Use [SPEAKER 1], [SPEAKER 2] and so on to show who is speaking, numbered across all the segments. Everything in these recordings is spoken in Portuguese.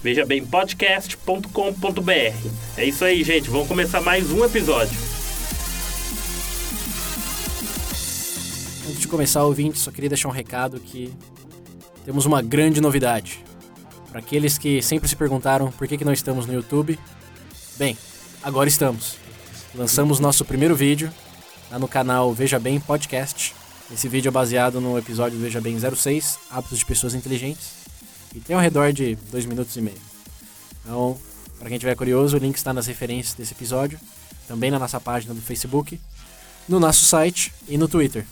[SPEAKER 1] vejabempodcast.com.br. É isso aí, gente, vamos começar mais um episódio.
[SPEAKER 2] Antes de começar, ouvinte, só queria deixar um recado que temos uma grande novidade. Para aqueles que sempre se perguntaram por que, que não estamos no YouTube, bem, agora estamos. Lançamos nosso primeiro vídeo lá no canal Veja Bem Podcast. Esse vídeo é baseado no episódio Veja Bem 06, Hábitos de Pessoas Inteligentes, e tem ao redor de 2 minutos e meio. Então, para quem estiver curioso, o link está nas referências desse episódio, também na nossa página do Facebook, no nosso site e no Twitter.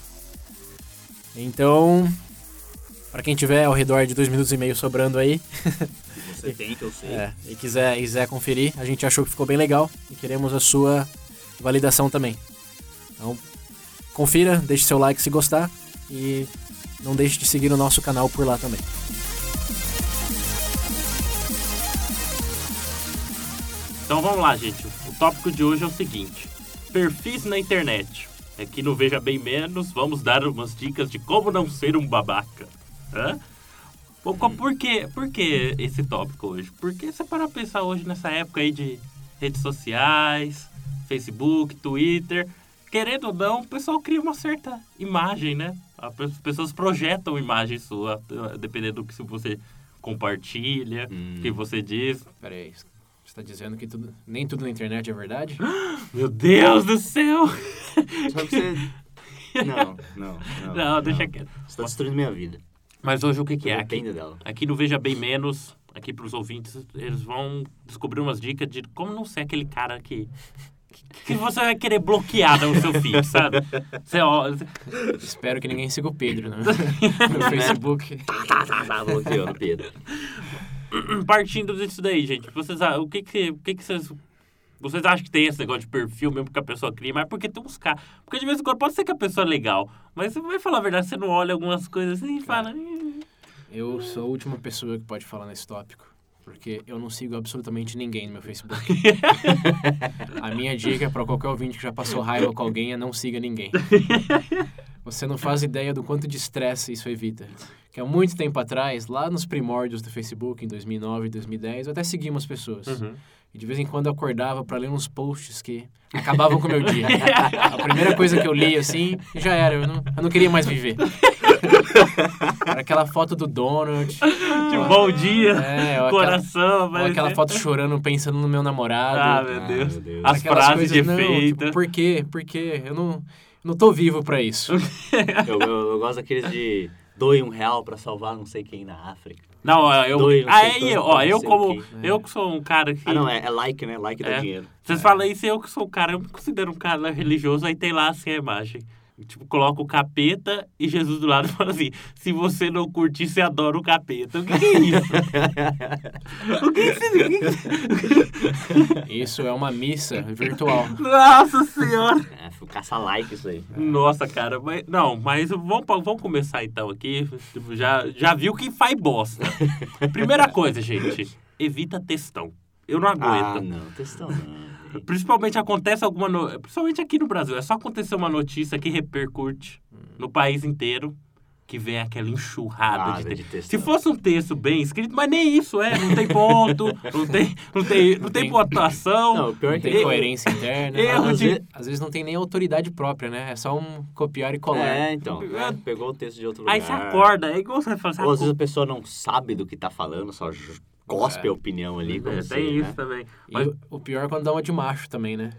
[SPEAKER 2] Então, para quem tiver ao redor de dois minutos e meio sobrando aí
[SPEAKER 3] Você tem, que eu sei.
[SPEAKER 2] é, e quiser, e quiser conferir, a gente achou que ficou bem legal e queremos a sua validação também. Então, confira, deixe seu like se gostar e não deixe de seguir o nosso canal por lá também.
[SPEAKER 1] Então vamos lá, gente. O tópico de hoje é o seguinte: perfis na internet. Aqui no Veja Bem Menos, vamos dar umas dicas de como não ser um babaca. Hã? Pô, qual- Por, que, por que esse tópico hoje? Porque você para pra pensar hoje nessa época aí de redes sociais, Facebook, Twitter. Querendo ou não, o pessoal cria uma certa imagem, né? A pe- As pessoas projetam imagem sua, dependendo do que você compartilha, o que você diz.
[SPEAKER 2] Pera aí, você está dizendo que nem tudo na internet é verdade?
[SPEAKER 1] Meu Deus do céu!
[SPEAKER 3] Só que você. Não, não, não.
[SPEAKER 1] Não, deixa quieto.
[SPEAKER 3] Você tá destruindo minha vida.
[SPEAKER 1] Mas hoje o que, que é?
[SPEAKER 3] Eu
[SPEAKER 1] Aqui,
[SPEAKER 3] dependo dela.
[SPEAKER 1] aqui no Veja Bem Menos, aqui pros ouvintes, eles vão descobrir umas dicas de como não ser aquele cara que. que você vai querer bloquear no seu feed, sabe? Você, ó,
[SPEAKER 2] Espero que ninguém siga o Pedro né? no Facebook.
[SPEAKER 3] Tá, tá, tá, bloqueando, Pedro.
[SPEAKER 1] partindo disso daí, gente, vocês, a- o que que, o que que vocês... Vocês acham que tem esse negócio de perfil mesmo que a pessoa cria, mas porque tem uns caras... Porque de vez em quando pode ser que a pessoa é legal, mas você vai falar a verdade, você não olha algumas coisas assim e fala... "Ih,
[SPEAKER 2] Eu sou a última pessoa que pode falar nesse tópico, porque eu não sigo absolutamente ninguém no meu Facebook. a minha dica para qualquer ouvinte que já passou raiva com alguém é não siga ninguém. Você não faz ideia do quanto de estresse isso evita. Que há muito tempo atrás, lá nos primórdios do Facebook, em 2009 e 2010, eu até segui umas
[SPEAKER 1] Uhum.
[SPEAKER 2] pessoas.
[SPEAKER 3] Uhum.
[SPEAKER 2] E de vez em quando eu acordava para ler uns posts que acabavam com o meu dia. A primeira coisa que eu li, assim, já era. Eu não, eu não queria mais viver. Era aquela foto do Donald.
[SPEAKER 1] Tipo, bom dia,
[SPEAKER 2] É, ou aquela-
[SPEAKER 1] coração,
[SPEAKER 2] Ou
[SPEAKER 1] mas... é-
[SPEAKER 2] aquela foto chorando, pensando no meu namorado.
[SPEAKER 1] Ah, meu Deus.
[SPEAKER 3] meu Deus.
[SPEAKER 1] As
[SPEAKER 2] Aquelas
[SPEAKER 1] frases de
[SPEAKER 2] coisas, não,
[SPEAKER 1] efeito.
[SPEAKER 2] tipo, por quê? Por quê? Eu não, eu não tô vivo pra isso.
[SPEAKER 3] Eu, eu- eu gosto daqueles de doe um real pra salvar não sei quem na África.
[SPEAKER 1] Não, ó, eu.
[SPEAKER 3] Dois, não sei
[SPEAKER 1] aí,
[SPEAKER 3] quanto,
[SPEAKER 1] ó,
[SPEAKER 3] não
[SPEAKER 1] eu
[SPEAKER 3] sei
[SPEAKER 1] como.
[SPEAKER 3] o quê.
[SPEAKER 1] Eu que sou um cara que.
[SPEAKER 3] Ah, não, é, é like, né? Like dá
[SPEAKER 1] É.
[SPEAKER 3] dinheiro.
[SPEAKER 1] Vocês falam isso, eu que sou um cara, eu me considero um cara religioso, aí tem lá assim a imagem. Tipo, coloca o capeta e Jesus do lado e fala assim: se você não curtir, você adora o capeta. O que, que é isso? o que é isso?
[SPEAKER 2] Isso é uma missa virtual.
[SPEAKER 1] Nossa Senhora!
[SPEAKER 3] É, foi caça like isso aí.
[SPEAKER 1] Nossa, cara, mas. Não, mas vamos, pa- vamos começar então aqui. Tipo, Já, já viu que faz bosta. Primeira coisa, gente, evita textão. Eu não aguento.
[SPEAKER 3] Ah, não, textão não. gente.
[SPEAKER 1] Principalmente acontece alguma. No... Principalmente aqui no Brasil. É só acontecer uma notícia que repercute
[SPEAKER 3] Hum.
[SPEAKER 1] no país inteiro que vem aquela enxurrada Ah,
[SPEAKER 3] Nada
[SPEAKER 1] de texto.
[SPEAKER 3] de textão.
[SPEAKER 1] Se fosse um texto bem escrito, mas nem isso é. Não tem ponto, não tem, não tem, não tem
[SPEAKER 2] Tem-
[SPEAKER 1] pontuação.
[SPEAKER 3] Não, o pior é
[SPEAKER 2] Não
[SPEAKER 3] que
[SPEAKER 2] tem
[SPEAKER 1] Eu-
[SPEAKER 2] coerência interna.
[SPEAKER 1] erro
[SPEAKER 2] às,
[SPEAKER 1] de-
[SPEAKER 2] ve- às vezes não tem nem autoridade própria, né? É só um copiar e colar.
[SPEAKER 3] É, então. né? Pegou o texto de outro lugar.
[SPEAKER 1] Aí você acorda, é igual você fala,
[SPEAKER 3] Ou
[SPEAKER 1] "Saco".
[SPEAKER 3] às vezes a pessoa não sabe do que tá falando, só j- cospe a opinião ali. Como
[SPEAKER 1] É,
[SPEAKER 3] se,
[SPEAKER 1] tem
[SPEAKER 3] né?
[SPEAKER 1] isso também.
[SPEAKER 2] E
[SPEAKER 1] Mas
[SPEAKER 2] o- o pior é quando dá uma de macho também, né?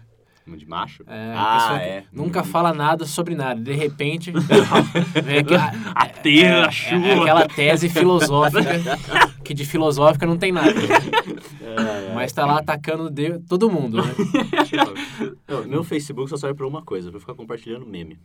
[SPEAKER 3] Um De macho?
[SPEAKER 2] É, a pessoa
[SPEAKER 3] ah,
[SPEAKER 2] que
[SPEAKER 3] é.
[SPEAKER 1] Hum.
[SPEAKER 2] Nunca fala nada sobre nada. De repente, vem aqui-
[SPEAKER 1] a terra, a chuva.
[SPEAKER 2] É aquela tese filosófica, que de filosófica não tem nada. Mas tá lá atacando de- todo mundo, né?
[SPEAKER 3] Não, meu Facebook só serve pra uma coisa, pra eu ficar compartilhando meme.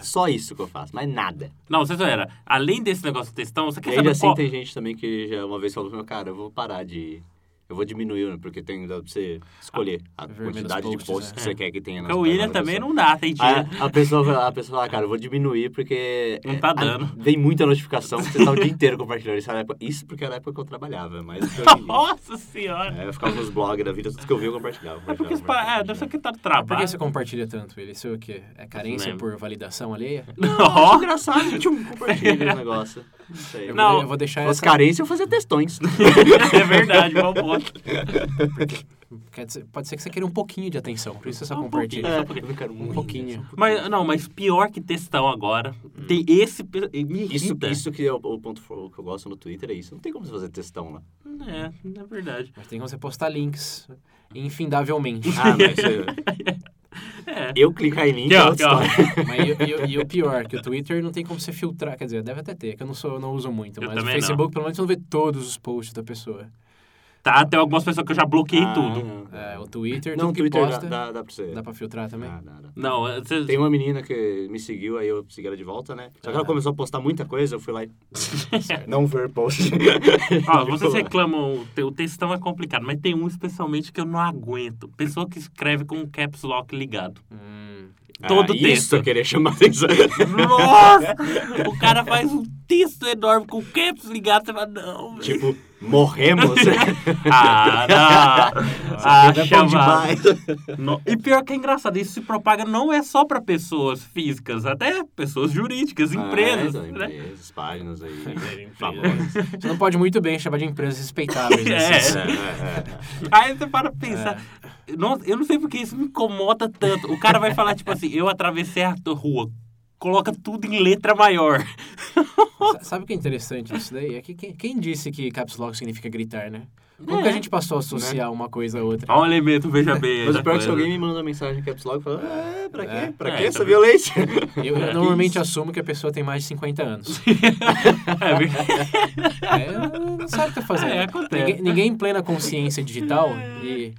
[SPEAKER 3] só isso que eu faço, mas nada.
[SPEAKER 1] Não, vocês era. Além desse negócio de é textão, você
[SPEAKER 3] E
[SPEAKER 1] quer
[SPEAKER 3] ainda
[SPEAKER 1] saber
[SPEAKER 3] assim
[SPEAKER 1] qual...
[SPEAKER 3] tem gente também que já uma vez falou pra mim, cara, eu vou parar de Eu vou diminuir, né, porque tem dá pra você escolher a
[SPEAKER 2] Vermelhos
[SPEAKER 3] quantidade de
[SPEAKER 2] posts,
[SPEAKER 3] posts que
[SPEAKER 2] é.
[SPEAKER 3] você quer que tenha.
[SPEAKER 1] Porque
[SPEAKER 3] na
[SPEAKER 1] o
[SPEAKER 3] sua
[SPEAKER 1] William
[SPEAKER 3] página da
[SPEAKER 1] também
[SPEAKER 3] pessoa.
[SPEAKER 1] não dá, tem dia.
[SPEAKER 3] Aí A, pessoa, fala- a pessoa fala, cara, eu vou diminuir porque...
[SPEAKER 1] Não
[SPEAKER 3] é,
[SPEAKER 1] tá
[SPEAKER 3] a-
[SPEAKER 1] dando.
[SPEAKER 3] vem muita notificação, você tá o dia inteiro compartilhando. Isso, era época- isso porque era a época que eu trabalhava, mas...
[SPEAKER 1] Ah,
[SPEAKER 3] hoje em dia.
[SPEAKER 1] Nossa senhora!
[SPEAKER 3] É, eu ficava nos blogs da vida, tudo que eu vi eu compartilhava.
[SPEAKER 1] É porque isso
[SPEAKER 3] compartilhava,
[SPEAKER 1] para... é, deve ser que tá no
[SPEAKER 2] Por que
[SPEAKER 1] trabalho.
[SPEAKER 2] você compartilha tanto ele? Isso é o quê? É carência
[SPEAKER 1] Lembro.
[SPEAKER 2] por validação alheia?
[SPEAKER 3] compartilhava. Acho
[SPEAKER 1] Não,
[SPEAKER 3] engraçado, a gente não compartilha o negócio. Não sei.
[SPEAKER 2] Eu
[SPEAKER 1] um Não.
[SPEAKER 2] vou- Eu vou deixar
[SPEAKER 3] As
[SPEAKER 2] essa...
[SPEAKER 3] carências eu fazia testões.
[SPEAKER 1] é verdade, bom ponto.
[SPEAKER 2] Quer dizer, pode ser que você queira um pouquinho de atenção, por isso você só
[SPEAKER 1] Um
[SPEAKER 2] compartilha.
[SPEAKER 1] pouquinho.
[SPEAKER 3] É, eu não quero
[SPEAKER 2] Um
[SPEAKER 3] muito.
[SPEAKER 2] pouquinho.
[SPEAKER 1] Mas, não, mas pior que textão agora. Tem esse... pe- Me
[SPEAKER 3] Isso,
[SPEAKER 1] irrita.
[SPEAKER 3] isso que é o, o ponto fo- que eu gosto no Twitter, é isso. Não tem como você fazer textão lá.
[SPEAKER 1] É, é verdade.
[SPEAKER 2] Mas tem como você postar links infindavelmente.
[SPEAKER 3] Ah, mas eu,
[SPEAKER 1] É.
[SPEAKER 3] eu clicar em
[SPEAKER 1] Aqui,
[SPEAKER 3] link
[SPEAKER 1] ó,
[SPEAKER 3] é
[SPEAKER 1] aqui,
[SPEAKER 3] outra
[SPEAKER 1] ó.
[SPEAKER 3] história.
[SPEAKER 2] Mas e, o- e o- e o pior, que o Twitter não tem como você filtrar. Quer dizer, deve até ter, que eu não, sou, eu não uso muito.
[SPEAKER 1] Eu
[SPEAKER 2] Mas o
[SPEAKER 1] também não.
[SPEAKER 2] Facebook, pelo menos, você não vê todos os posts da pessoa.
[SPEAKER 1] Tá, tem algumas pessoas que eu já bloqueei
[SPEAKER 3] Ah,
[SPEAKER 1] tudo.
[SPEAKER 2] É, o Twitter,
[SPEAKER 3] Não,
[SPEAKER 2] tudo que
[SPEAKER 3] Twitter dá,
[SPEAKER 2] posta, dá,
[SPEAKER 3] dá, dá Ah. pra você.
[SPEAKER 2] pra filtrar também.
[SPEAKER 3] Dá, dá, dá.
[SPEAKER 1] Não, você...
[SPEAKER 3] Tem uma menina que me seguiu, aí eu segui ela de volta, né? Só que
[SPEAKER 1] É.
[SPEAKER 3] ela começou a postar muita coisa, eu fui lá e. não ver post. Tipo,
[SPEAKER 1] Ó, vocês reclamam, o te- o textão é complicado, mas tem um especialmente que eu não aguento. Pessoa que escreve com o caps lock ligado.
[SPEAKER 2] Hum,
[SPEAKER 1] todo
[SPEAKER 3] ah, Isso
[SPEAKER 1] texto.
[SPEAKER 3] eu queria chamar atenção.
[SPEAKER 1] Nossa! o cara faz um texto enorme com o caps ligado, você fala, não, velho.
[SPEAKER 3] tipo, morremos.
[SPEAKER 1] Ah, não! Ah,
[SPEAKER 3] Era é
[SPEAKER 1] chama.
[SPEAKER 3] bom demais.
[SPEAKER 1] No- E pior que é engraçado, isso se propaga não é só para pessoas físicas, até pessoas jurídicas, empresas,
[SPEAKER 3] Ah, então,
[SPEAKER 1] né?
[SPEAKER 3] Empresas, páginas aí.
[SPEAKER 2] Empresas.
[SPEAKER 3] famosas.
[SPEAKER 2] você não pode muito bem chamar de empresas respeitáveis. né?
[SPEAKER 1] É.
[SPEAKER 3] É, é, é.
[SPEAKER 1] Aí você para pra pensar. Nossa, eu não sei porque isso me incomoda tanto. O cara vai falar, tipo assim, eu atravessei a to- rua. Coloca tudo em letra maior.
[SPEAKER 2] Sa- Sabe o que é interessante disso daí? É que quem, quem disse que caps lock significa gritar, né? Como
[SPEAKER 3] É.
[SPEAKER 2] que a gente passou a associar uma coisa a outra?
[SPEAKER 1] Olha um elemento, veja bem.
[SPEAKER 3] Mas
[SPEAKER 1] da
[SPEAKER 3] o pior é que se
[SPEAKER 1] coisa.
[SPEAKER 3] alguém me manda uma mensagem em caps lock, fala, é, pra quê?
[SPEAKER 2] né? É.
[SPEAKER 3] Pra
[SPEAKER 1] É,
[SPEAKER 3] quê essa
[SPEAKER 1] também.
[SPEAKER 3] violência?
[SPEAKER 2] Eu, eu normalmente assumo que a pessoa tem mais de 50 anos.
[SPEAKER 1] É verdade.
[SPEAKER 2] É, não sabe o que tá fazendo.
[SPEAKER 1] É, acontece.
[SPEAKER 2] Ninguém, ninguém em plena consciência digital e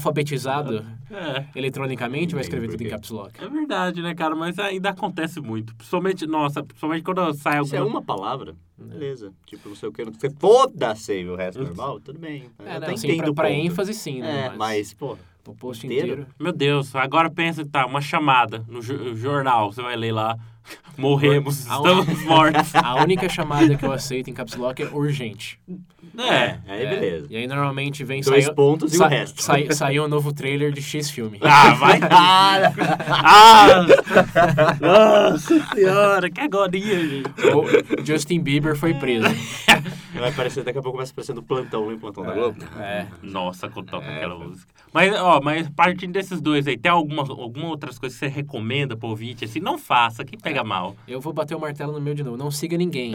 [SPEAKER 2] alfabetizado
[SPEAKER 1] É.
[SPEAKER 2] eletronicamente vai escrever tudo em
[SPEAKER 3] Entendi
[SPEAKER 2] caps lock.
[SPEAKER 1] É verdade, né, cara? Mas ainda acontece muito. Principalmente, nossa, principalmente quando sai alguma.
[SPEAKER 3] Se é uma palavra, beleza. Tipo, não sei o que, não sei. Foda-se aí o resto normal, tudo bem. Eu
[SPEAKER 2] Uhum. É,
[SPEAKER 3] até
[SPEAKER 2] não, assim,
[SPEAKER 3] entendo
[SPEAKER 2] pra,
[SPEAKER 3] o
[SPEAKER 2] pra
[SPEAKER 3] ponto.
[SPEAKER 2] ênfase sim, né?
[SPEAKER 3] É, mas, pô,
[SPEAKER 2] O post
[SPEAKER 3] inteiro?
[SPEAKER 2] inteiro.
[SPEAKER 1] Meu Deus, agora pensa, tá, uma chamada no jo- jornal, você vai ler lá. Morremos,
[SPEAKER 2] Aonde?
[SPEAKER 1] estamos mortos.
[SPEAKER 2] A única chamada que eu aceito em caps lock é urgente.
[SPEAKER 1] É.
[SPEAKER 3] aí beleza.
[SPEAKER 2] E aí normalmente vem
[SPEAKER 3] Dois
[SPEAKER 2] saiu-
[SPEAKER 3] pontos e
[SPEAKER 2] sa-
[SPEAKER 3] o resto.
[SPEAKER 2] sai- saiu um novo trailer de X filme.
[SPEAKER 1] Ah, vai. Ah! Nossa senhora, que agonia, gente.
[SPEAKER 2] Ou Justin Bieber foi preso.
[SPEAKER 3] Vai aparecer, daqui a pouco começa aparecendo plantão, hein, plantão da Globo.
[SPEAKER 2] É.
[SPEAKER 1] Nossa, quando toca aquela música. Mas, ó, mas partindo desses dois aí, tem alguma, alguma outras coisas que você recomenda pro ouvinte? Assim, não faça, que pega mal.
[SPEAKER 2] Eu vou bater o martelo no meu de novo. Não siga ninguém.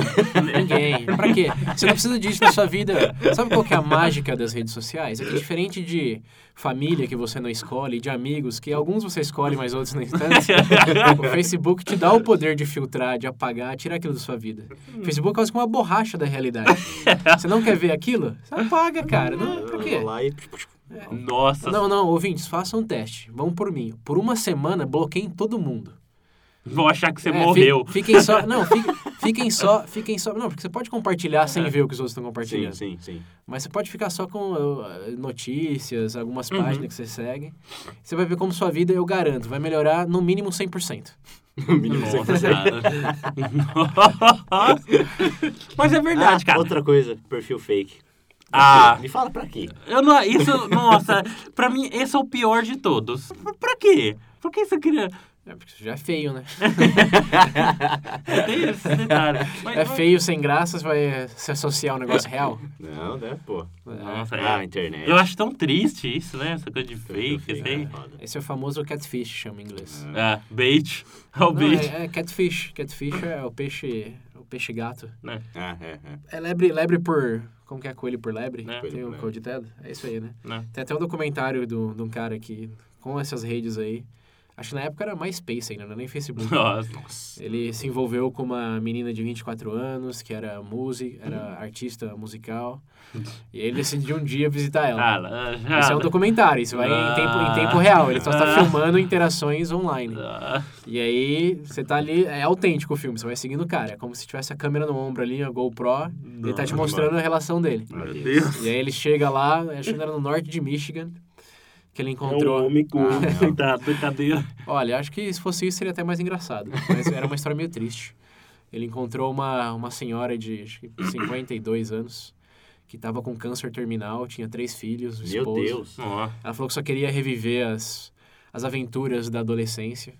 [SPEAKER 2] ninguém. Pra quê? Você não precisa disso na sua vida. Sabe qual que é a mágica das redes sociais? É que diferente de família que você não escolhe, de amigos, que alguns você escolhe, mas outros não instante, o Facebook te dá o poder de filtrar, de apagar, tirar aquilo da sua vida.
[SPEAKER 1] Hum.
[SPEAKER 2] O Facebook é quase que uma borracha da realidade. Você não quer ver aquilo? Você apaga, cara. Não, pra
[SPEAKER 3] Eu
[SPEAKER 2] quê?
[SPEAKER 3] vou lá e...
[SPEAKER 1] Nossa.
[SPEAKER 2] Não, não, ouvintes, façam um teste. Vão por mim. Por uma semana, bloqueiem todo mundo.
[SPEAKER 1] Vou achar que você
[SPEAKER 2] É, fi-
[SPEAKER 1] morreu.
[SPEAKER 2] Fiquem só. Não, fi- fiquem só. Fiquem só. Não, porque você pode compartilhar sem
[SPEAKER 1] É.
[SPEAKER 2] ver o que os outros estão
[SPEAKER 3] Sim,
[SPEAKER 2] compartilhando.
[SPEAKER 3] sim, sim.
[SPEAKER 2] Mas você pode ficar só com uh, notícias, algumas
[SPEAKER 1] Uhum.
[SPEAKER 2] páginas que você segue. Você vai ver como sua vida, eu garanto, vai melhorar no mínimo 100%. Tá
[SPEAKER 3] Mínimo sem
[SPEAKER 1] Nossa, cara. Nossa. Mas é verdade, cara.
[SPEAKER 3] Ah, Outra coisa, perfil fake.
[SPEAKER 1] Ah.
[SPEAKER 3] Me fala pra quê?
[SPEAKER 1] Eu não, isso, nossa, pra mim esse é o pior de todos. Pra quê? Por que você queria.
[SPEAKER 2] É porque isso já é feio, né?
[SPEAKER 1] É Tem esse detalhe. Mas-
[SPEAKER 2] É feio sem graça, você vai se associar ao negócio real.
[SPEAKER 3] Não, né, pô.
[SPEAKER 1] Nossa, é.
[SPEAKER 3] Ah, internet.
[SPEAKER 1] Eu acho tão triste isso, né? Essa coisa de fake, assim.
[SPEAKER 3] né?
[SPEAKER 2] Esse é o famoso catfish, chama em inglês.
[SPEAKER 1] Ah, bait. Olha o
[SPEAKER 2] Não,
[SPEAKER 1] bait.
[SPEAKER 2] é, é catfish. Catfish é o peixe. O peixe gato.
[SPEAKER 1] né?
[SPEAKER 3] Ah, é, é.
[SPEAKER 2] É lebre, lebre por. Como que é coelho por lebre?
[SPEAKER 1] É.
[SPEAKER 2] Tem um
[SPEAKER 3] Coelho
[SPEAKER 2] o
[SPEAKER 3] por
[SPEAKER 2] Code Ted? É isso aí, né?
[SPEAKER 1] Né?
[SPEAKER 2] Tem até um documentário do- de um cara que, com essas redes aí, Acho que na época era MySpace ainda, não era nem Facebook.
[SPEAKER 1] Nossa.
[SPEAKER 2] Ele se envolveu com uma menina de 24 anos, que era música, era artista musical. E ele decidiu um dia visitar ela.
[SPEAKER 1] Cara, ah,
[SPEAKER 2] Isso é um documentário, isso vai em tempo, em tempo real. Ele só está filmando interações online.
[SPEAKER 1] Ah,
[SPEAKER 2] E aí, você tá ali, é autêntico o filme, você vai seguindo o cara. É como se tivesse a câmera no ombro ali, a GoPro, e ele tá te
[SPEAKER 1] Nossa,
[SPEAKER 2] mostrando a relação dele.
[SPEAKER 1] Meu Deus.
[SPEAKER 2] E aí ele chega lá, acho que era no norte de Michigan, que ele
[SPEAKER 1] É um
[SPEAKER 2] encontrou.
[SPEAKER 1] homem com
[SPEAKER 3] Ah, não.
[SPEAKER 1] coitado, brincadeira.
[SPEAKER 2] Olha, acho que se fosse isso seria até mais engraçado, mas era uma história meio triste. Ele encontrou uma, uma senhora de acho que 52 anos, que tava com câncer terminal, tinha três filhos, o
[SPEAKER 3] Meu
[SPEAKER 2] esposo.
[SPEAKER 3] Deus.
[SPEAKER 1] Ó,
[SPEAKER 2] Ela falou que só queria reviver as, as aventuras da adolescência.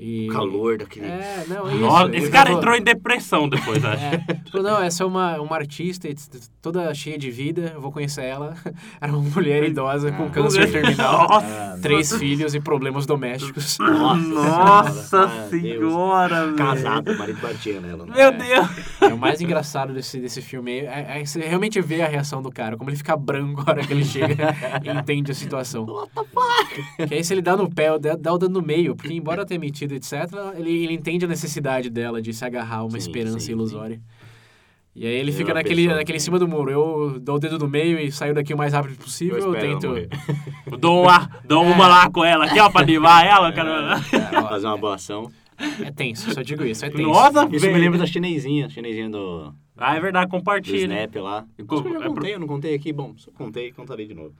[SPEAKER 2] E...
[SPEAKER 3] O calor daquele.
[SPEAKER 2] É, não, é isso.
[SPEAKER 1] Nossa,
[SPEAKER 2] Ele
[SPEAKER 1] esse cara
[SPEAKER 2] falou-
[SPEAKER 1] entrou em depressão depois, acho.
[SPEAKER 2] É, falou, não, essa é uma, uma artista et- toda cheia de vida, eu vou conhecer ela. Era uma mulher idosa
[SPEAKER 3] Ah.
[SPEAKER 2] com câncer terminal,
[SPEAKER 1] Nossa.
[SPEAKER 2] três filhos e problemas domésticos.
[SPEAKER 1] Ah, Nossa
[SPEAKER 3] Senhora.
[SPEAKER 1] senhora, velho.
[SPEAKER 3] Ah, Casado, o marido batia nela. né?
[SPEAKER 1] Meu Deus.
[SPEAKER 2] É o mais engraçado desse, desse filme. É, é, você realmente vê a reação do cara, como ele fica branco a hora que ele chega e entende a situação. What Que aí se ele dá no pé, dá, dá o dano no meio, porque embora tenha mentido, etc., ele, ele entende a necessidade dela de se agarrar a uma
[SPEAKER 3] Sim,
[SPEAKER 2] esperança
[SPEAKER 3] sim, sim.
[SPEAKER 2] ilusória. E aí ele
[SPEAKER 3] Eu
[SPEAKER 2] fica
[SPEAKER 3] era
[SPEAKER 2] naquele,
[SPEAKER 3] pessoa.
[SPEAKER 2] naquele em cima do muro. Eu dou o dedo do meio e saio daqui o mais rápido
[SPEAKER 3] Eu
[SPEAKER 2] possível. Eu,
[SPEAKER 3] espero ela
[SPEAKER 2] tento.
[SPEAKER 3] morrer.
[SPEAKER 1] Dou uma, dou uma lá com ela aqui, ó, pra animar ela. eu Quero...
[SPEAKER 2] Cara, ó,
[SPEAKER 3] Fazer uma boa ação.
[SPEAKER 2] é tenso, só digo isso. É tenso.
[SPEAKER 1] Nossa,
[SPEAKER 3] Isso
[SPEAKER 1] velho.
[SPEAKER 3] me lembra da chinesinha, chinesinha do, do
[SPEAKER 1] Ah, é verdade, compartilha.
[SPEAKER 3] Snap lá.
[SPEAKER 1] Co-
[SPEAKER 3] Acho que eu já
[SPEAKER 1] é pro-
[SPEAKER 3] contei, eu não contei aqui. Bom, se eu contei, contarei de novo.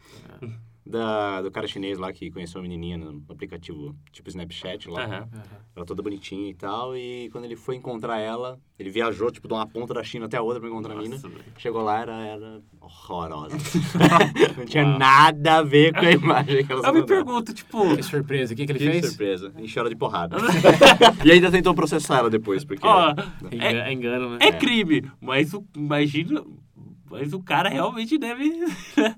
[SPEAKER 1] É.
[SPEAKER 3] Da, do cara chinês lá que conheceu a menininha no aplicativo tipo Snapchat lá.
[SPEAKER 1] Aham.
[SPEAKER 3] Ela toda bonitinha e tal. E quando ele foi encontrar ela, ele viajou, tipo, de uma ponta da China até a outra pra né? encontrar a mina.
[SPEAKER 1] Nossa, velho.
[SPEAKER 3] Chegou lá, era, era horrorosa. não tinha nada a ver com a imagem que ela
[SPEAKER 1] Eu me pergunto, tipo,
[SPEAKER 2] Que surpresa. O que, que ele
[SPEAKER 3] Que
[SPEAKER 2] fez?
[SPEAKER 3] surpresa. Encheu ela de porrada. e ainda tentou processar ela depois, porque...
[SPEAKER 1] ó, é,
[SPEAKER 2] Engana, engano, né?
[SPEAKER 1] é crime, mas o, imagina, mas o cara realmente deve... né,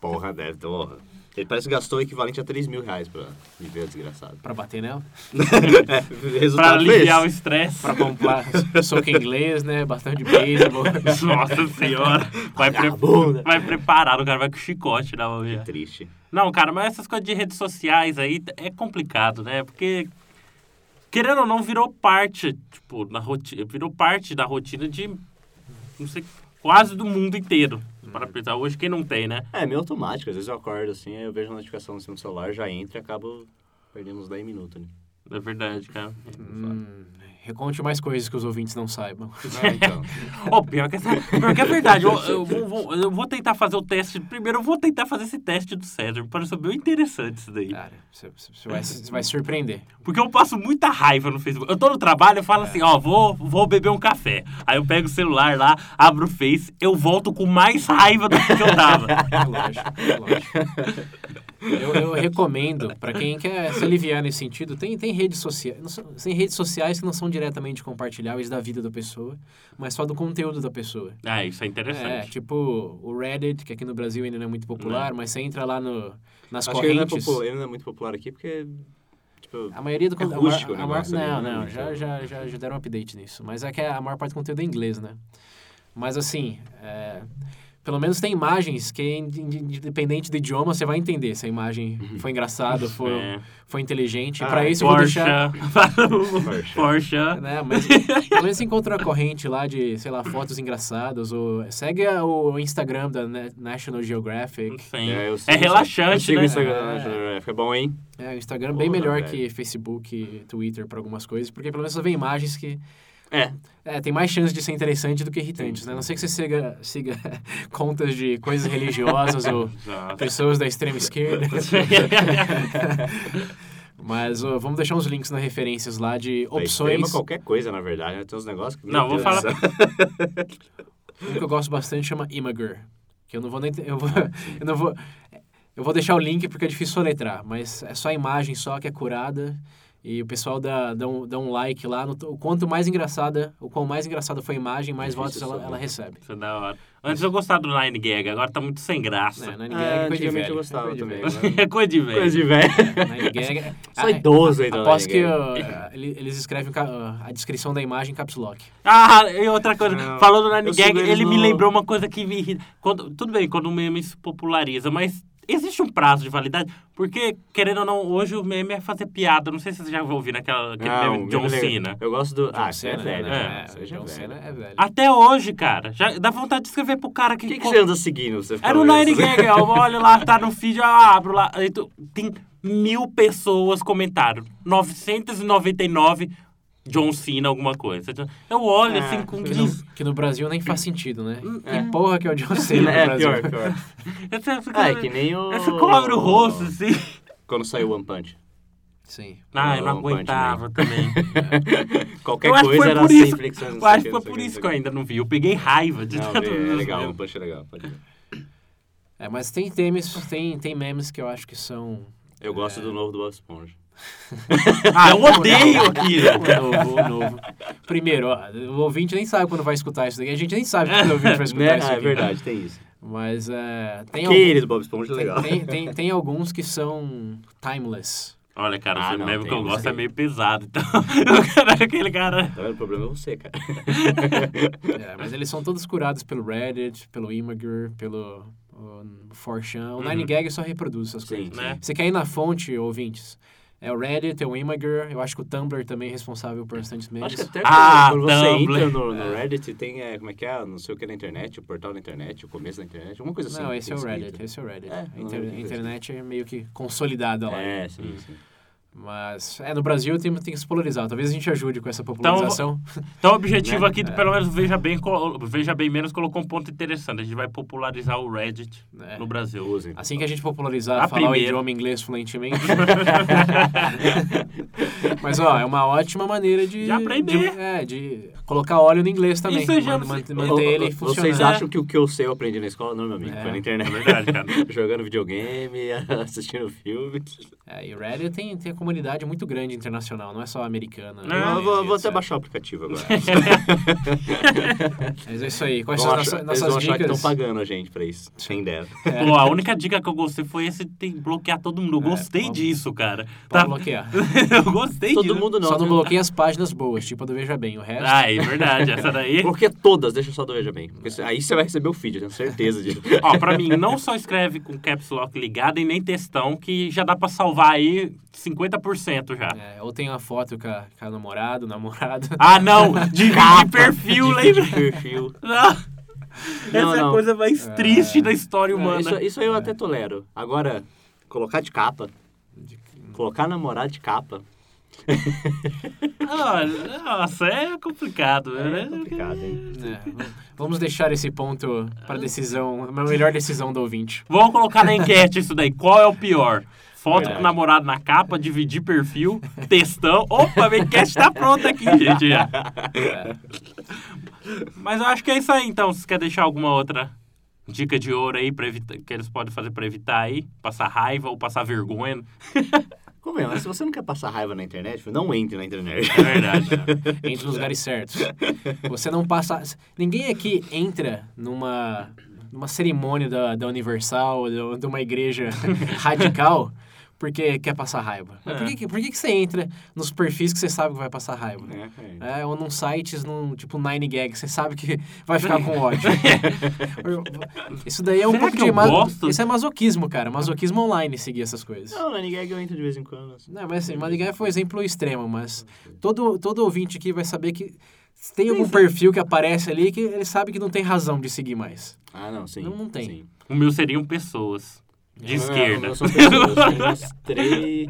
[SPEAKER 3] Porra, deve ter... Porra. Ele parece que gastou o equivalente a 3 mil reais pra viver desgraçado. É,
[SPEAKER 2] Pra bater nela.
[SPEAKER 1] pra
[SPEAKER 3] Resultado foi
[SPEAKER 1] aliviar o
[SPEAKER 3] esse.
[SPEAKER 1] estresse.
[SPEAKER 2] Pra comprar soco inglês, né? Bastão de beisebol.
[SPEAKER 1] Nossa senhora. Vai, pre-
[SPEAKER 3] Vagabunda.
[SPEAKER 1] vai preparado, o cara vai com chicote na mão. já.
[SPEAKER 3] Triste.
[SPEAKER 1] Não, cara, mas essas coisas de redes sociais aí t- é complicado, né? Porque, querendo ou não, virou parte, tipo, na rotina. Virou parte da rotina de. Não sei, quase do mundo inteiro. Para pensar, hoje quem não tem, né?
[SPEAKER 3] É, meio automático. Às vezes eu acordo assim, aí eu vejo a notificação no cima do celular, já entra e acabo perdendo uns 10 minutos, né?
[SPEAKER 1] É verdade, cara.
[SPEAKER 2] Hum, reconte mais coisas que os ouvintes não saibam.
[SPEAKER 1] É.
[SPEAKER 3] Ah, então.
[SPEAKER 1] Ô, Oh, pior, que essa, pior que é verdade. Eu, eu vou- vou, eu vou tentar fazer o teste. Primeiro, eu vou tentar fazer esse teste do César. Parece bem interessante isso daí.
[SPEAKER 2] Cara, você- você você vai, se- você vai se surpreender.
[SPEAKER 1] Porque eu passo muita raiva no Facebook. Eu tô no trabalho, eu falo assim, ó, vou, vou beber um café. Aí eu pego o celular lá, abro o Face, eu volto com mais raiva do que eu tava.
[SPEAKER 2] É lógico, é lógico. Eu, eu recomendo, pra quem quer se aliviar nesse sentido, tem, tem redes sociais. não são- Tem redes sociais que não são diretamente compartilháveis da vida da pessoa, mas só do conteúdo da pessoa.
[SPEAKER 1] ah, isso é
[SPEAKER 2] É,
[SPEAKER 1] interessante.
[SPEAKER 2] tipo o Reddit, que aqui no Brasil ainda não é muito popular, mas você entra lá no, nas
[SPEAKER 3] Acho que ele não, é
[SPEAKER 2] correntes.
[SPEAKER 3] popular- ele não é muito popular aqui porque. Tipo,
[SPEAKER 2] A maioria do
[SPEAKER 3] É
[SPEAKER 2] conteúdo.
[SPEAKER 3] rústico o
[SPEAKER 2] a, maior-
[SPEAKER 3] negócio ali,
[SPEAKER 2] Não,
[SPEAKER 3] né?
[SPEAKER 2] não,
[SPEAKER 3] Muito.
[SPEAKER 2] já, já, já, já deram um update nisso. Mas é que a maior parte do conteúdo é inglês, né? Mas assim, é, pelo menos tem imagens que, ind- ind- independente do idioma, você vai entender se a imagem foi engraçada, foi,
[SPEAKER 1] É.
[SPEAKER 2] foi inteligente.
[SPEAKER 3] Uhum. Ah,
[SPEAKER 2] Pra isso tipo, eu vou
[SPEAKER 1] Porsche.
[SPEAKER 2] deixar.
[SPEAKER 1] Porsche. Porsche.
[SPEAKER 2] Né? Mas pelo menos você encontra a corrente lá de, sei lá, fotos engraçadas. Ou segue a- o Instagram da Na- National Geographic.
[SPEAKER 1] Sim.
[SPEAKER 3] eu
[SPEAKER 1] É
[SPEAKER 3] sigo- eu
[SPEAKER 1] relaxante,
[SPEAKER 3] sigo
[SPEAKER 1] né?
[SPEAKER 3] o Instagram da National Geographic. É bom, hein?
[SPEAKER 2] É, o Instagram é bem
[SPEAKER 3] Porra,
[SPEAKER 2] melhor
[SPEAKER 3] velho.
[SPEAKER 2] que Facebook, Twitter pra algumas coisas, porque pelo menos você vê imagens que
[SPEAKER 3] É.
[SPEAKER 2] É, tem mais chance de ser interessante do que irritantes, né? A não ser que você siga, siga contas de coisas religiosas ou
[SPEAKER 1] Exato.
[SPEAKER 2] pessoas da extrema esquerda. Mas ó, vamos deixar uns links nas referências lá de
[SPEAKER 3] Extrema
[SPEAKER 2] opções.
[SPEAKER 3] qualquer coisa, na verdade. né? Tem uns negócios que. meu
[SPEAKER 1] Não, vou
[SPEAKER 3] Deus
[SPEAKER 1] falar-
[SPEAKER 3] do céu.
[SPEAKER 2] Um que eu gosto bastante chama Imager. Que eu não vou nem. Eu, vou, eu não vou. Eu vou deixar o link porque é difícil soletrar, mas é só a imagem só que é curada. E o pessoal dá, dá, um, dá um like lá. No, o quanto mais engraçada, o quão mais engraçada foi a imagem, mais
[SPEAKER 3] Difícil
[SPEAKER 2] votos ela,
[SPEAKER 3] soletrar.
[SPEAKER 2] ela recebe.
[SPEAKER 1] Isso é da hora. Antes eu gostava do Nine Gag, agora tá muito sem
[SPEAKER 2] É,
[SPEAKER 1] graça.
[SPEAKER 2] Nine Gag, coisa
[SPEAKER 3] Ah,
[SPEAKER 2] de
[SPEAKER 3] antigamente
[SPEAKER 2] velho,
[SPEAKER 3] eu gostava
[SPEAKER 2] coisa de
[SPEAKER 3] também.
[SPEAKER 2] velho.
[SPEAKER 3] agora-
[SPEAKER 1] É coisa de
[SPEAKER 3] Coisa
[SPEAKER 1] velho.
[SPEAKER 3] de velho.
[SPEAKER 2] Nine Gag.
[SPEAKER 3] Só idoso ainda.
[SPEAKER 2] Ah, é. Aposto
[SPEAKER 3] né,
[SPEAKER 2] que
[SPEAKER 3] ninguém?
[SPEAKER 2] ó, eh, ele- eles escrevem ca- a descrição da imagem em caps lock.
[SPEAKER 1] Ah, e outra coisa,
[SPEAKER 3] Não.
[SPEAKER 1] falando do
[SPEAKER 3] Eu
[SPEAKER 1] Nine
[SPEAKER 3] sigo
[SPEAKER 1] Gag,
[SPEAKER 3] eles
[SPEAKER 1] ele me
[SPEAKER 3] no-
[SPEAKER 1] lembrou uma coisa que me irrita. Quando, tudo bem, quando o meme se populariza, mas Existe um prazo de validade? Porque, querendo ou não, hoje o meme é fazer piada. Não sei se vocês já ouviram aquela, aquele
[SPEAKER 3] Não, é
[SPEAKER 1] meme
[SPEAKER 3] meu
[SPEAKER 1] de John
[SPEAKER 3] colega-
[SPEAKER 1] Cena.
[SPEAKER 3] Eu gosto do.
[SPEAKER 2] John
[SPEAKER 3] ah, você é
[SPEAKER 2] Cena,
[SPEAKER 3] velho.
[SPEAKER 2] né?
[SPEAKER 3] né?
[SPEAKER 2] É,
[SPEAKER 3] Você já é
[SPEAKER 2] John Cena
[SPEAKER 3] velho.
[SPEAKER 2] é velho.
[SPEAKER 1] Até hoje, cara. Já dá vontade de escrever pro cara que...
[SPEAKER 3] O que, que
[SPEAKER 1] co-
[SPEAKER 3] você anda seguindo? Você assim?
[SPEAKER 1] Era o Nine Gag, eu olho lá, tá no feed, eu abro lá. aí tu- Tem mil pessoas comentaram. 999 John Cena alguma coisa. Eu olho
[SPEAKER 3] É,
[SPEAKER 1] assim com...
[SPEAKER 2] Que no, que no Brasil nem faz sentido, né?
[SPEAKER 1] É.
[SPEAKER 2] Que porra que é o John Cena no
[SPEAKER 3] Hum, É,
[SPEAKER 2] Brasil?
[SPEAKER 3] pior, pior. Ah, é que
[SPEAKER 1] Essa
[SPEAKER 3] nem o.
[SPEAKER 1] cobre o rosto, assim.
[SPEAKER 3] Quando saiu o One Punch.
[SPEAKER 2] Sim.
[SPEAKER 1] Ah, eu não
[SPEAKER 3] Não, Punch Man.
[SPEAKER 1] aguentava também.
[SPEAKER 3] Qualquer
[SPEAKER 1] Eu acho que
[SPEAKER 3] coisa
[SPEAKER 1] foi
[SPEAKER 3] era
[SPEAKER 1] por
[SPEAKER 3] sem
[SPEAKER 1] isso.
[SPEAKER 3] flexões. não
[SPEAKER 1] Eu
[SPEAKER 3] sei
[SPEAKER 1] acho
[SPEAKER 3] o
[SPEAKER 1] que
[SPEAKER 3] quê,
[SPEAKER 1] foi
[SPEAKER 3] não sei
[SPEAKER 1] por
[SPEAKER 3] o quê,
[SPEAKER 1] isso que eu
[SPEAKER 3] não sei
[SPEAKER 1] ainda não vi. Eu peguei raiva de
[SPEAKER 3] o quê.
[SPEAKER 1] tanto.
[SPEAKER 3] Não, é legal, o One Punch é legal. pode ver.
[SPEAKER 2] É, mas tem memes, tem, tem memes que eu acho que são.
[SPEAKER 3] Eu gosto do novo do Bob Esponja.
[SPEAKER 1] Ah, eu odeio aquilo.
[SPEAKER 2] O novo, o novo. Primeiro, ó, o ouvinte nem sabe quando vai escutar isso daqui. A gente nem sabe quando o ouvinte vai escutar
[SPEAKER 3] Né?
[SPEAKER 2] isso
[SPEAKER 3] Ah, é
[SPEAKER 2] daqui.
[SPEAKER 3] verdade, tem isso.
[SPEAKER 2] Mas é, tem, algum-
[SPEAKER 3] Aquele do Bob Esponja é legal.
[SPEAKER 2] tem, tem, tem alguns que são timeless.
[SPEAKER 1] Olha, cara,
[SPEAKER 3] Ah,
[SPEAKER 1] o
[SPEAKER 3] não,
[SPEAKER 1] meme que eu
[SPEAKER 3] tem,
[SPEAKER 1] gosto
[SPEAKER 3] tem.
[SPEAKER 1] é meio pesado. Então, eu quero aquele cara...
[SPEAKER 3] Tá vendo? O problema é você, cara.
[SPEAKER 2] É, mas eles são todos curados pelo Reddit, pelo Imgur, pelo o 4chan. O Nine Gag só reproduz essas
[SPEAKER 3] Uhum. Sim,
[SPEAKER 2] coisas.
[SPEAKER 1] né?
[SPEAKER 2] Você quer ir na fonte, ouvintes? É o Reddit, é o Imgur. Eu acho que o Tumblr também é responsável por bastantes memes.
[SPEAKER 3] Acho que até
[SPEAKER 1] Ah,
[SPEAKER 3] quando, quando você
[SPEAKER 1] Tumblr.
[SPEAKER 3] entra no, no Reddit, tem, é, como é que é, não sei o que na internet, o portal na internet, o começo da internet, alguma coisa assim.
[SPEAKER 2] Não,
[SPEAKER 3] que
[SPEAKER 2] esse é
[SPEAKER 3] tem
[SPEAKER 2] o
[SPEAKER 3] escrito.
[SPEAKER 2] Reddit, esse é o Reddit.
[SPEAKER 3] É,
[SPEAKER 2] A
[SPEAKER 3] não
[SPEAKER 2] inter-
[SPEAKER 3] lembro o que
[SPEAKER 2] a
[SPEAKER 3] que é
[SPEAKER 2] internet é meio que consolidada lá.
[SPEAKER 3] É, sim, sim.
[SPEAKER 2] Mas é, no Brasil tem, tem que se polarizar. Talvez a gente ajude com essa
[SPEAKER 1] eu vou-
[SPEAKER 2] popularização.
[SPEAKER 1] Então o objetivo aqui,
[SPEAKER 2] É.
[SPEAKER 1] pelo menos o Veja Bem, colo- Veja Bem Menos colocou um ponto interessante. A gente vai popularizar o Reddit
[SPEAKER 2] É.
[SPEAKER 1] no Brasil.
[SPEAKER 3] Usem.
[SPEAKER 2] Assim que a gente popularizar,
[SPEAKER 1] A
[SPEAKER 2] falar o
[SPEAKER 1] primeira.
[SPEAKER 2] idioma inglês fluentemente. Mas, ó, é uma ótima maneira de...
[SPEAKER 1] De aprender.
[SPEAKER 2] de- é, de colocar óleo no inglês também.
[SPEAKER 1] Isso eu já
[SPEAKER 2] man-
[SPEAKER 1] não sei.
[SPEAKER 2] man- manter
[SPEAKER 3] é Ô, ô,
[SPEAKER 2] ele
[SPEAKER 3] ô,
[SPEAKER 2] funcionando.
[SPEAKER 3] Vocês acham que o que eu sei eu aprendi na escola? Não, meu amigo,
[SPEAKER 2] É.
[SPEAKER 3] foi na
[SPEAKER 1] É
[SPEAKER 3] internet.
[SPEAKER 1] verdade, cara.
[SPEAKER 3] Jogando videogame, assistindo filme.
[SPEAKER 2] É, e o Reddit tem, tem uma comunidade muito grande internacional, não é só americana.
[SPEAKER 1] Não,
[SPEAKER 2] né,
[SPEAKER 3] eu vou,
[SPEAKER 2] e
[SPEAKER 3] vou até
[SPEAKER 2] etc.
[SPEAKER 3] baixar o aplicativo agora.
[SPEAKER 2] Mas é isso aí. Quais
[SPEAKER 3] Vão
[SPEAKER 2] são as
[SPEAKER 3] achar-
[SPEAKER 2] nossas,
[SPEAKER 3] eles vão
[SPEAKER 2] nossas
[SPEAKER 3] achar que
[SPEAKER 2] dicas?
[SPEAKER 3] estão pagando a gente pra isso. Sem ideia.
[SPEAKER 1] Pô, a única dica que eu gostei foi esse tem que bloquear todo mundo. Eu
[SPEAKER 2] É,
[SPEAKER 1] gostei
[SPEAKER 2] pode-
[SPEAKER 1] disso, cara.
[SPEAKER 2] Pode
[SPEAKER 1] Tá-
[SPEAKER 2] bloquear.
[SPEAKER 1] eu gostei
[SPEAKER 3] Todo
[SPEAKER 1] disso.
[SPEAKER 3] mundo não.
[SPEAKER 2] Só não né?
[SPEAKER 3] viu?
[SPEAKER 2] bloqueia as páginas boas, tipo a do Veja Bem. O resto...
[SPEAKER 1] Ah, é verdade. Essa daí.
[SPEAKER 3] Porque todas, deixa eu só do Veja Bem. Porque cê- aí você vai receber o feed, eu tenho certeza disso.
[SPEAKER 1] Ó, pra mim, não só escreve com caps lock ligado e nem textão, que já dá pra salvar aí 50% já.
[SPEAKER 3] Ah.
[SPEAKER 2] É, ou tem uma foto com a, com a namorada, o namorado.
[SPEAKER 1] Ah, não! De, de perfil,
[SPEAKER 3] De feed
[SPEAKER 1] lembra?
[SPEAKER 3] de perfil.
[SPEAKER 1] Não.
[SPEAKER 3] Não,
[SPEAKER 1] Essa é a
[SPEAKER 3] não.
[SPEAKER 1] coisa mais triste da história
[SPEAKER 3] Não,
[SPEAKER 1] humana.
[SPEAKER 3] isso, isso aí eu até tolero. Agora, colocar de capa, colocar namorado de capa,
[SPEAKER 1] Ah, Nossa, é complicado, né?
[SPEAKER 3] é complicado, hein?
[SPEAKER 2] É, v- vamos deixar esse ponto para
[SPEAKER 1] Ah.
[SPEAKER 2] decisão, a melhor decisão do ouvinte.
[SPEAKER 1] Vamos colocar na enquete isso daí. Qual é o pior? Foto com
[SPEAKER 3] Verdade.
[SPEAKER 1] o namorado na capa, dividir perfil, textão. Opa, a enquete tá pronta aqui, gente. já. Mas eu acho que é isso aí, então. Você quer deixar alguma outra dica de ouro aí pra evitar, que eles podem fazer pra evitar aí? Passar raiva ou passar vergonha?
[SPEAKER 3] Como é? Mas se você não quer passar raiva na internet, tipo, não entre na internet.
[SPEAKER 1] É verdade. né?
[SPEAKER 2] Entre nos lugares certos. Você não passa. Ninguém aqui entra numa, numa cerimônia da, da Universal, ou de uma igreja radical, porque quer passar raiva. Mas por
[SPEAKER 1] É.
[SPEAKER 2] que, que- por que, que você entra nos perfis que você sabe que vai passar raiva?
[SPEAKER 3] É,
[SPEAKER 2] É, ou num sites, num, tipo, Nine Gag, você sabe que vai ficar com ódio. Isso daí é um
[SPEAKER 1] Será
[SPEAKER 2] pouco
[SPEAKER 1] que
[SPEAKER 2] de...
[SPEAKER 1] eu gosto?
[SPEAKER 2] Isso é masoquismo, cara. Masoquismo online seguir essas coisas.
[SPEAKER 3] Não, na ninguém é eu entro de vez em quando. assim.
[SPEAKER 2] Não, mas assim, Nine Gag foi um exemplo extremo, mas todo, todo ouvinte aqui vai saber que tem algum perfil que aparece ali que ele sabe que não tem razão de seguir mais.
[SPEAKER 3] Ah, não, sim.
[SPEAKER 2] Não, não tem.
[SPEAKER 3] sim.
[SPEAKER 1] O meu seriam pessoas. De
[SPEAKER 3] Não,
[SPEAKER 1] esquerda.
[SPEAKER 3] Não, eu sou pessoa, tem umas três...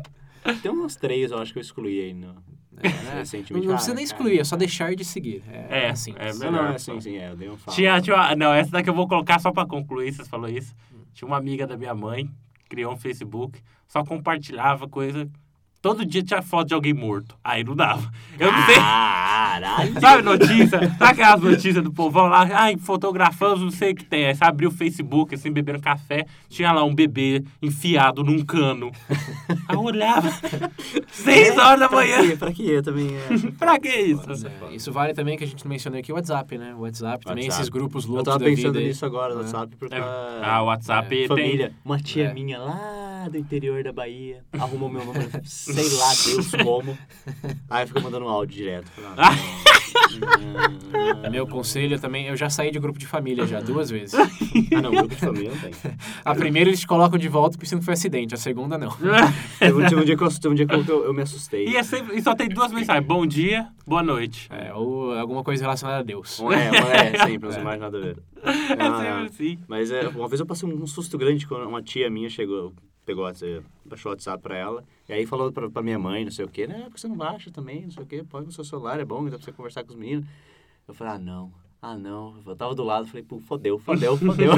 [SPEAKER 3] Tem umas três, eu acho que eu excluí aí no...
[SPEAKER 2] É, Não,
[SPEAKER 3] recentemente.
[SPEAKER 2] não
[SPEAKER 3] Ah,
[SPEAKER 2] precisa nem
[SPEAKER 3] cara.
[SPEAKER 2] excluir, é só deixar de seguir. É,
[SPEAKER 1] É,
[SPEAKER 2] assim.
[SPEAKER 1] é
[SPEAKER 3] Não, não,
[SPEAKER 1] Melhor,
[SPEAKER 3] é sim, sim, é, eu dei um falo.
[SPEAKER 1] Tinha, tinha uma- não, essa daqui eu vou colocar só pra concluir, vocês falaram isso. Tinha uma amiga da minha mãe, criou um Facebook, só compartilhava coisa. Todo dia tinha foto de alguém morto. Aí não dava. Eu não
[SPEAKER 3] Ah!
[SPEAKER 1] sei.
[SPEAKER 3] Caralho!
[SPEAKER 1] Sabe notícia? Sabe aquelas notícias do povão lá? Ai, fotografamos, não sei o que tem. Aí você abriu o Facebook, assim, bebendo café, tinha lá um bebê enfiado num cano. Aí eu olhava, seis horas da
[SPEAKER 3] Pra
[SPEAKER 1] manhã.
[SPEAKER 3] quê? Pra quê? Eu também... É...
[SPEAKER 1] Pra que isso?
[SPEAKER 2] É, isso vale também que a gente mencionou aqui o WhatsApp, né? O WhatsApp também,
[SPEAKER 3] WhatsApp.
[SPEAKER 2] esses grupos
[SPEAKER 3] Eu
[SPEAKER 2] loucos
[SPEAKER 3] tava
[SPEAKER 2] da
[SPEAKER 3] pensando
[SPEAKER 2] vida aí.
[SPEAKER 3] nisso agora no
[SPEAKER 2] É.
[SPEAKER 3] WhatsApp, porque...
[SPEAKER 1] Ah, o WhatsApp tem.
[SPEAKER 3] É, Família, uma tia
[SPEAKER 2] É.
[SPEAKER 3] minha lá do interior da Bahia arrumou meu número, sei lá Deus como. Aí fica mandando um áudio direto. Falei, ah,
[SPEAKER 2] É Meu conselho também, eu já saí de grupo de família já duas vezes.
[SPEAKER 3] Ah, não, grupo de família não tem.
[SPEAKER 2] A primeira eles te colocam de volta porque que foi acidente, a segunda não.
[SPEAKER 3] Teve um, teve um dia que, eu, teve um dia que eu, eu- eu me assustei.
[SPEAKER 1] E, é sempre- e só tem duas mensagens. Bom dia, boa noite.
[SPEAKER 2] É, ou alguma coisa relacionada a Deus.
[SPEAKER 3] Não é, não é sempre, não tem mais nada a ver.
[SPEAKER 1] É
[SPEAKER 3] Ah,
[SPEAKER 1] sempre assim.
[SPEAKER 3] Mas é, uma vez eu passei um susto grande quando uma tia minha chegou, pegou, a- baixou o WhatsApp pra ela, e aí falou pra, pra minha mãe, não sei o quê, né, porque você não baixa também, não sei o quê, põe no seu celular, é bom, dá pra você conversar com os meninos. Eu falei, ah, não, ah, não. Eu tava do lado, falei, pô, fodeu, fodeu, fodeu,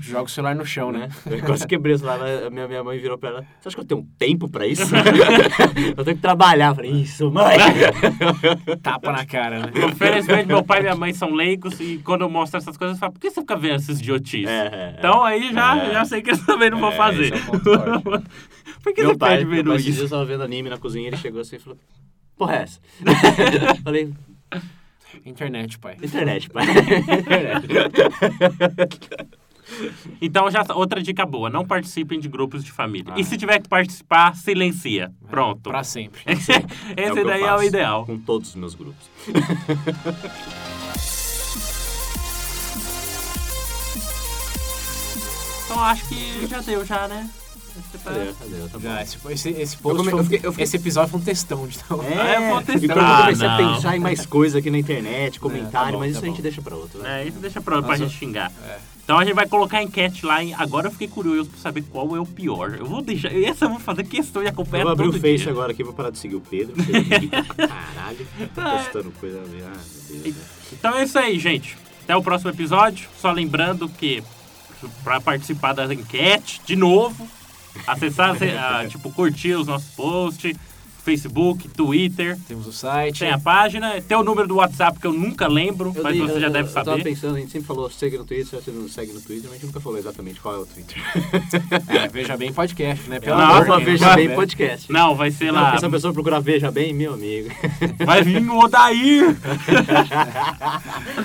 [SPEAKER 2] Joga o celular no chão, né?
[SPEAKER 3] né? Eu quase quebrei o celular, mas a minha, minha mãe virou pra ela, você acha que eu tenho tempo pra isso? eu tenho que trabalhar. Eu falei, isso, mãe!
[SPEAKER 2] Tapa na cara, né?
[SPEAKER 1] Infelizmente, meu pai e minha mãe são leigos e quando eu mostro essas coisas, eu falo, por que você fica vendo esses idiotices?
[SPEAKER 3] É, é,
[SPEAKER 1] Então aí já,
[SPEAKER 3] É.
[SPEAKER 1] já sei que eles também não vão
[SPEAKER 3] É,
[SPEAKER 1] fazer.
[SPEAKER 3] esse é um ponto forte.
[SPEAKER 1] por que
[SPEAKER 3] meu
[SPEAKER 1] você
[SPEAKER 3] pai,
[SPEAKER 1] pede
[SPEAKER 3] meu pai
[SPEAKER 1] vendo
[SPEAKER 3] esses
[SPEAKER 1] isso?
[SPEAKER 3] dias tava vendo anime na cozinha, ele chegou assim e falou, porra é essa? falei,
[SPEAKER 2] Internet, pai.
[SPEAKER 3] Internet, pai.
[SPEAKER 1] Então, já, outra dica boa: não participem de grupos de família.
[SPEAKER 3] Ah.
[SPEAKER 1] E se tiver que participar, silencia.
[SPEAKER 3] É.
[SPEAKER 1] Pronto.
[SPEAKER 2] Pra sempre.
[SPEAKER 3] o
[SPEAKER 1] Esse
[SPEAKER 3] que eu
[SPEAKER 1] daí é o
[SPEAKER 3] faço
[SPEAKER 1] ideal.
[SPEAKER 3] Com todos os meus grupos.
[SPEAKER 1] Então, acho que já deu, já, né? Acho que tá-
[SPEAKER 3] Cadê? Cadê? Tá bom.
[SPEAKER 2] Já, Ah, esse, esse, esse post
[SPEAKER 3] come-
[SPEAKER 2] foi um-
[SPEAKER 3] eu fiquei- É? eu fiquei-
[SPEAKER 2] Esse episódio foi um textão de tão...
[SPEAKER 1] Ah, eu vou testar.
[SPEAKER 3] e quando Então, eu comecei
[SPEAKER 1] Ah,
[SPEAKER 3] a
[SPEAKER 1] não.
[SPEAKER 3] pensar em mais coisa aqui na internet,
[SPEAKER 2] tá
[SPEAKER 3] comentário,
[SPEAKER 2] bom,
[SPEAKER 3] mas isso
[SPEAKER 2] tá
[SPEAKER 3] a gente
[SPEAKER 2] bom.
[SPEAKER 3] deixa pra outro. Né?
[SPEAKER 1] É, isso deixa pra, pra
[SPEAKER 2] Nossa.
[SPEAKER 1] gente xingar.
[SPEAKER 2] É.
[SPEAKER 1] Então a gente vai colocar a enquete lá em. Agora eu fiquei curioso pra saber qual é o pior. Eu vou deixar. Essa eu vou fazer questão de acompanhar
[SPEAKER 3] Eu vou abrir o
[SPEAKER 1] todo dia.
[SPEAKER 3] Face agora aqui, vou parar de seguir o Pedro. porque ele é rico pra Caralho, tá postando coisa ali. Ah, meu Deus. né?
[SPEAKER 1] Então é isso aí, gente. Até o próximo episódio. Só lembrando que pra participar da enquete, de novo, acessar, se- ah, tipo, curtir os nossos posts, Facebook, Twitter.
[SPEAKER 2] Temos o site.
[SPEAKER 1] Tem a página, tem o número do WhatsApp que eu nunca lembro,
[SPEAKER 3] Eu
[SPEAKER 1] mas
[SPEAKER 3] dei-
[SPEAKER 1] você já
[SPEAKER 3] eu-
[SPEAKER 1] deve
[SPEAKER 3] Eu tava
[SPEAKER 1] saber.
[SPEAKER 3] pensando, a gente sempre falou segue no Twitter, você não segue no Twitter, mas a gente nunca falou exatamente qual é o Twitter.
[SPEAKER 2] É, Veja Bem Podcast, né? Pelo
[SPEAKER 1] Não,
[SPEAKER 2] amor,
[SPEAKER 1] uma
[SPEAKER 2] né?
[SPEAKER 1] Veja
[SPEAKER 2] Não,
[SPEAKER 3] Bem
[SPEAKER 2] né?
[SPEAKER 3] Podcast.
[SPEAKER 1] Não, vai ser
[SPEAKER 3] Não,
[SPEAKER 1] lá.
[SPEAKER 3] porque se a pessoa procurar Veja Bem, meu amigo.
[SPEAKER 1] Vai vir o Odair.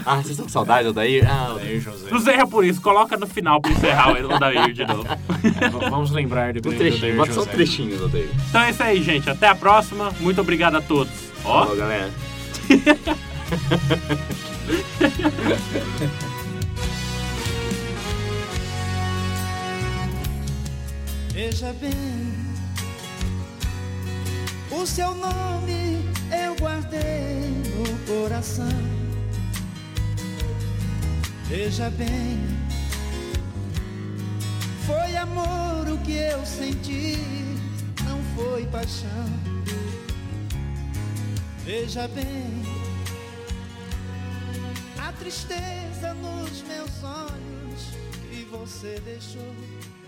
[SPEAKER 3] Ah, vocês estão com saudade, Odair? Ah, Odair.
[SPEAKER 2] Aí, José.
[SPEAKER 1] Não erra por isso, coloca no final pra encerrar o Odair de novo.
[SPEAKER 2] É, v- Vamos lembrar do
[SPEAKER 3] Um
[SPEAKER 2] grande
[SPEAKER 3] trechinho,
[SPEAKER 2] Odair
[SPEAKER 3] bota só um
[SPEAKER 2] José.
[SPEAKER 3] trechinho, Odair.
[SPEAKER 1] Então é isso aí, gente. Até a próxima. Muito obrigado a todos. Ó.
[SPEAKER 3] Falou, galera.
[SPEAKER 4] Veja bem, o seu nome eu guardei no coração. Veja bem, foi amor o que eu senti, não foi paixão. Veja bem, a tristeza nos meus olhos que você deixou.